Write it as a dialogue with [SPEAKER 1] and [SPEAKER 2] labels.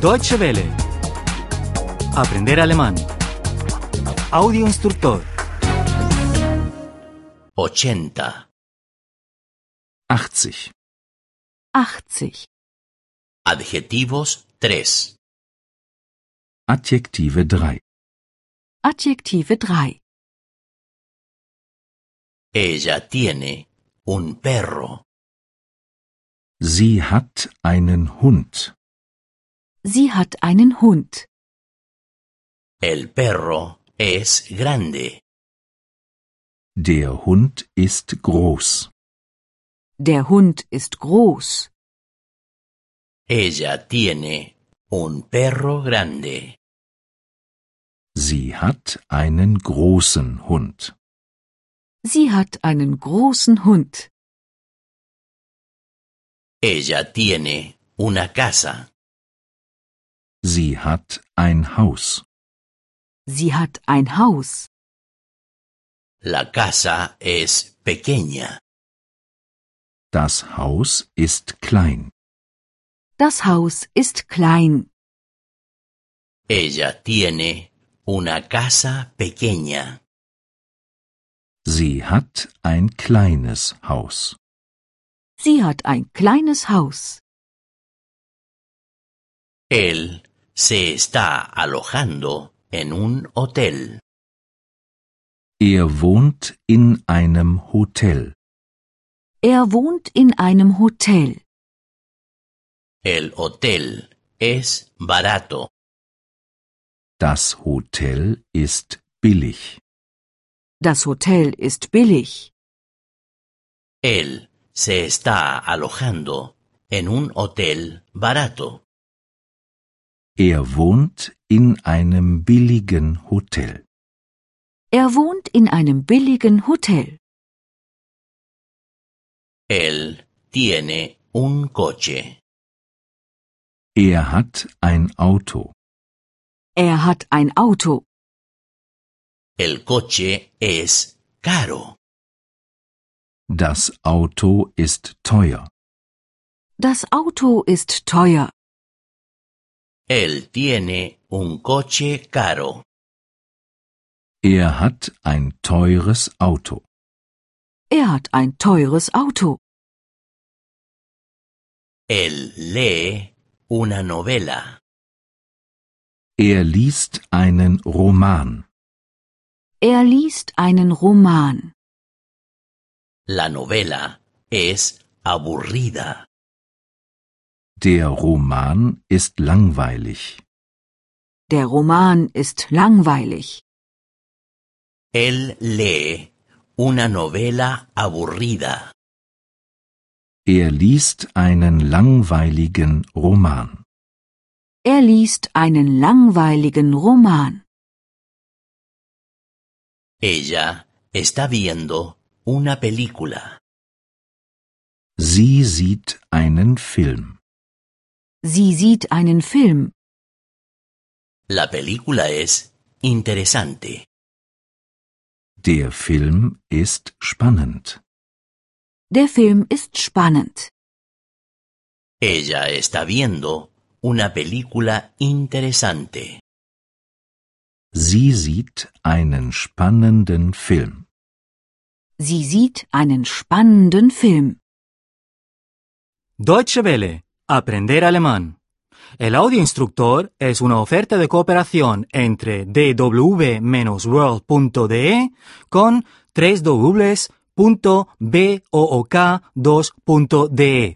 [SPEAKER 1] Deutsche Welle. Aprender alemán. Audio instructor.
[SPEAKER 2] 80.
[SPEAKER 3] 80.
[SPEAKER 4] 80.
[SPEAKER 2] Adjetivos 3.
[SPEAKER 3] Adjektive 3.
[SPEAKER 4] Adjektive 3.
[SPEAKER 2] Ella tiene un perro.
[SPEAKER 3] Sie hat einen Hund.
[SPEAKER 4] Sie hat einen Hund.
[SPEAKER 2] El perro es grande.
[SPEAKER 3] Der Hund ist groß.
[SPEAKER 4] Der Hund ist groß.
[SPEAKER 2] Ella tiene un perro grande.
[SPEAKER 3] Sie hat einen großen Hund.
[SPEAKER 4] Sie hat einen großen Hund.
[SPEAKER 2] Ella tiene una casa.
[SPEAKER 3] Sie hat ein Haus.
[SPEAKER 4] Sie hat ein Haus.
[SPEAKER 2] La casa es pequeña.
[SPEAKER 3] Das Haus ist klein.
[SPEAKER 4] Das Haus ist klein.
[SPEAKER 2] Ella tiene una casa pequeña.
[SPEAKER 3] Sie hat ein kleines Haus.
[SPEAKER 4] Sie hat ein kleines Haus.
[SPEAKER 2] Él se está alojando en un hotel.
[SPEAKER 3] Er wohnt in einem Hotel.
[SPEAKER 4] Er wohnt in einem Hotel.
[SPEAKER 2] El hotel es barato.
[SPEAKER 3] Das Hotel ist billig.
[SPEAKER 4] Das Hotel ist billig.
[SPEAKER 2] Él se está alojando en un hotel barato.
[SPEAKER 3] Er wohnt in einem billigen Hotel.
[SPEAKER 4] Er wohnt in einem billigen Hotel.
[SPEAKER 2] Él tiene un coche.
[SPEAKER 3] Er hat ein Auto.
[SPEAKER 4] Er hat ein Auto.
[SPEAKER 2] El coche es caro.
[SPEAKER 3] Das Auto ist teuer.
[SPEAKER 4] Das Auto ist teuer.
[SPEAKER 2] Él tiene un coche caro.
[SPEAKER 3] Er hat ein teures Auto.
[SPEAKER 4] Er hat ein teures Auto.
[SPEAKER 2] Él lee una novela.
[SPEAKER 3] Er liest einen Roman.
[SPEAKER 4] Er liest einen Roman.
[SPEAKER 2] La novela es aburrida.
[SPEAKER 3] Der Roman ist langweilig.
[SPEAKER 4] Der Roman ist langweilig.
[SPEAKER 2] Él lee una novela aburrida.
[SPEAKER 3] Er liest einen langweiligen Roman.
[SPEAKER 4] Er liest einen langweiligen Roman.
[SPEAKER 2] Ella está viendo una película.
[SPEAKER 3] Sie sieht einen Film.
[SPEAKER 4] Sie sieht einen Film.
[SPEAKER 2] La película es interesante.
[SPEAKER 3] Der Film ist spannend.
[SPEAKER 4] Der Film ist spannend.
[SPEAKER 2] Ella está viendo una película interesante.
[SPEAKER 3] Sie sieht einen spannenden Film.
[SPEAKER 4] Sie sieht einen spannenden Film.
[SPEAKER 1] Deutsche Welle. Aprender alemán. El audio instructor es una oferta de cooperación entre dw-world.de con 3 2de